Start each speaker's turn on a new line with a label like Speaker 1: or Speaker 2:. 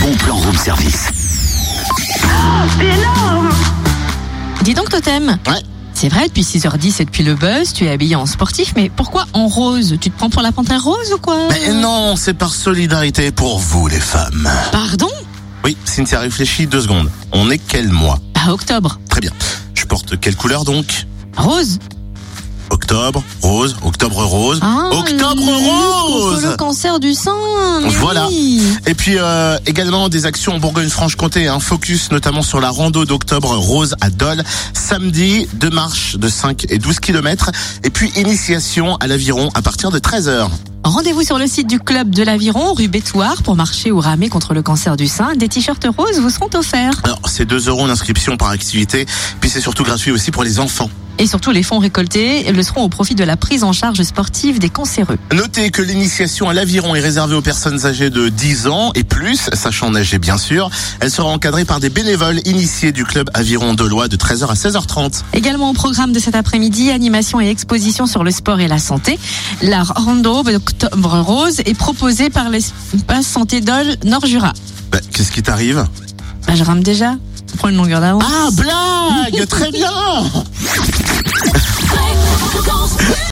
Speaker 1: bon plan room service.
Speaker 2: C'est énorme
Speaker 3: Dis donc, Totem.
Speaker 1: Ouais.
Speaker 3: C'est vrai, depuis 6h10 et depuis le buzz, tu es habillé en sportif, mais pourquoi en rose Tu te prends pour la panthère rose ou quoi
Speaker 1: Mais non, c'est par solidarité pour vous les femmes.
Speaker 3: Pardon
Speaker 1: Oui, Cynthia, réfléchis deux secondes. On est quel mois
Speaker 3: Bah, octobre.
Speaker 1: Très bien. Je porte quelle couleur donc
Speaker 3: Rose
Speaker 1: Octobre, rose, octobre rose,
Speaker 3: Ah,
Speaker 1: octobre
Speaker 3: la lutte contre
Speaker 1: rose
Speaker 3: Le cancer du sein mais
Speaker 1: Voilà.
Speaker 3: oui.
Speaker 1: Et puis euh, également des actions en Bourgogne-Franche-Comté, un focus notamment sur la rando d'octobre rose à Dole, samedi, deux marches de 5 et 12 km, et puis initiation à l'aviron à partir de 13h.
Speaker 3: Rendez-vous sur le site du club de l'Aviron, rue Bétoire, pour marcher ou ramer contre le cancer du sein. Des t-shirts roses vous seront offerts.
Speaker 1: Alors c'est 2 euros d'inscription par activité, puis c'est surtout gratuit aussi pour les enfants.
Speaker 3: Et surtout, les fonds récoltés le seront au profit de la prise en charge sportive des cancéreux.
Speaker 1: Notez que l'initiation à l'aviron est réservée aux personnes âgées de 10 ans et plus, sachant nager bien sûr. Elle sera encadrée par des bénévoles initiés du club Aviron de Lois de 13h à 16h30.
Speaker 3: Également au programme de cet après-midi, animation et exposition sur le sport et la santé. La rando d'Octobre Rose est proposée par l'espace santé d'Ol Nord-Jura.
Speaker 1: Bah, qu'est-ce qui t'arrive
Speaker 3: Bah, je rame déjà. Je prends une longueur d'avance.
Speaker 1: Ah, blague Très bien